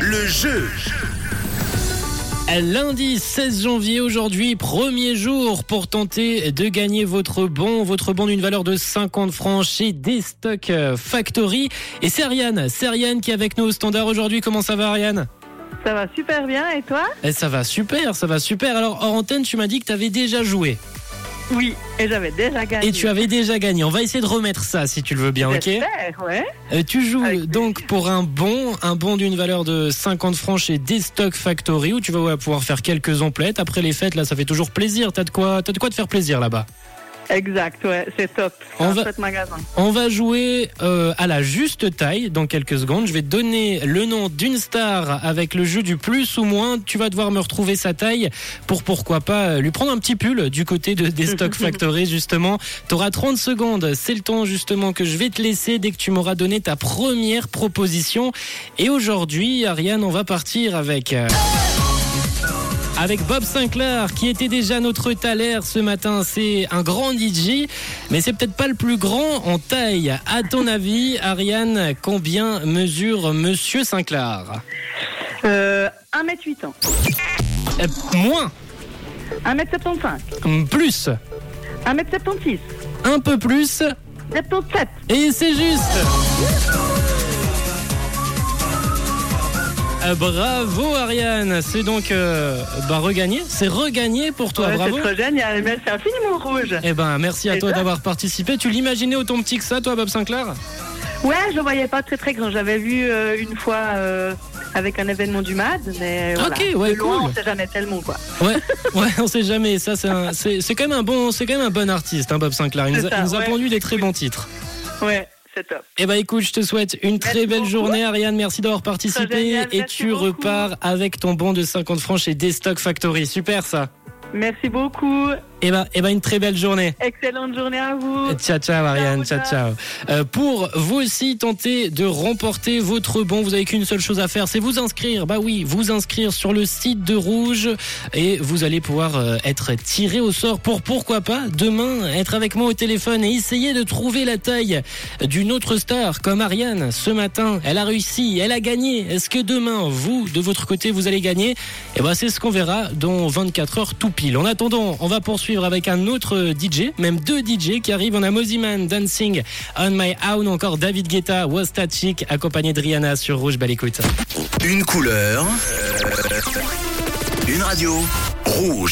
Le jeu. Lundi 16 janvier aujourd'hui, premier jour pour tenter de gagner votre bon, votre bon d'une valeur de 50 francs chez Destock Factory. Et c'est Ariane, c'est Ariane qui est avec nous au standard aujourd'hui. Comment ça va Ariane Ça va super bien et toi Eh, Ça va super, ça va super. Alors hors antenne, tu m'as dit que tu avais déjà joué Oui, et j'avais déjà gagné. et tu avais déjà gagné. On va essayer de remettre ça si tu le veux bien, ok J'espère, ouais. Euh, tu joues Avec donc pour un bon, un bon d'une valeur de 50 francs chez Destock Factory où tu vas ouais, pouvoir faire quelques emplettes. Après les fêtes, là, ça fait toujours plaisir. T'as de quoi, t'as de quoi te faire plaisir là-bas. Exact, ouais, c'est top. On Dans va- ce magasin. On va jouer euh, à la juste taille dans quelques secondes. Je vais te donner le nom d'une star avec le jeu du plus ou moins. Tu vas devoir me retrouver sa taille pour pourquoi pas euh, lui prendre un petit pull du côté de des Stock Factory justement. T'auras 30 secondes. C'est le temps justement que je vais te laisser dès que tu m'auras donné ta première proposition. Et aujourd'hui, Ariane, on va partir avec. euh, avec Bob Sinclair qui était déjà notre taler ce matin. C'est un grand DJ, mais c'est peut-être pas le plus grand en taille. À ton avis, Ariane, combien mesure Monsieur Sinclair Euh, 1m8 ans, Euh, Moins, 1m75, hum, plus, 1m76, un peu plus, 77. et c'est juste. Euh, Bravo Ariane, c'est donc euh, bah, regagné, c'est regagné pour toi, Ouais, Ah, bravo. c'est trop génial, merci infiniment mon rouge. Eh ben merci à Et toi ça d'avoir participé. Tu l'imaginais autant petit que ça, toi, Bob Sinclair Ouais, je le voyais pas très très grand. J'avais vu euh, une fois euh, avec un événement du MAD, mais voilà. Ok, ouais, de loin, cool. on sait jamais tellement quoi. Ouais, ouais, on sait jamais. Ça, c'est un- c'est c'est quand même un bon, c'est quand même un bon artiste, hein, Bob Sinclair. Il nous a, C'est ça, il nous a ouais. pondu des très bons titres. Ouais, c'est top. Eh ben écoute, je te souhaite une très belle beaucoup. journée, Ariane. Merci d'avoir participé génial, et merci tu beaucoup. repars avec ton bon de 50 francs chez Destock Factory. Super ça. Merci beaucoup. Eh ben, eh ben une très belle journée. Excellente journée à vous. Ciao, ciao, Ariane. Ciao, ciao. Ciao, Euh, pour vous aussi tenter de remporter votre bon, vous avez qu'une seule chose à faire, c'est vous inscrire. Bah oui, vous inscrire sur le site de Rouge et vous allez pouvoir euh, être tiré au sort pour pourquoi pas demain être avec moi au téléphone et essayer de trouver la taille d'une autre star comme Ariane. Ce matin, elle a réussi, elle a gagné. Est-ce que demain, vous, de votre côté, vous allez gagner Eh ben, c'est ce qu'on verra dans 24 heures tout pile. En attendant, on va poursuivre avec un autre DJ, même deux DJ qui arrivent. On a Moziman, Dancing on My Own, encore David Guetta, Was That Chic, accompagné de Rihanna sur Rouge. Belle écoute. Une couleur. Une radio. Rouge.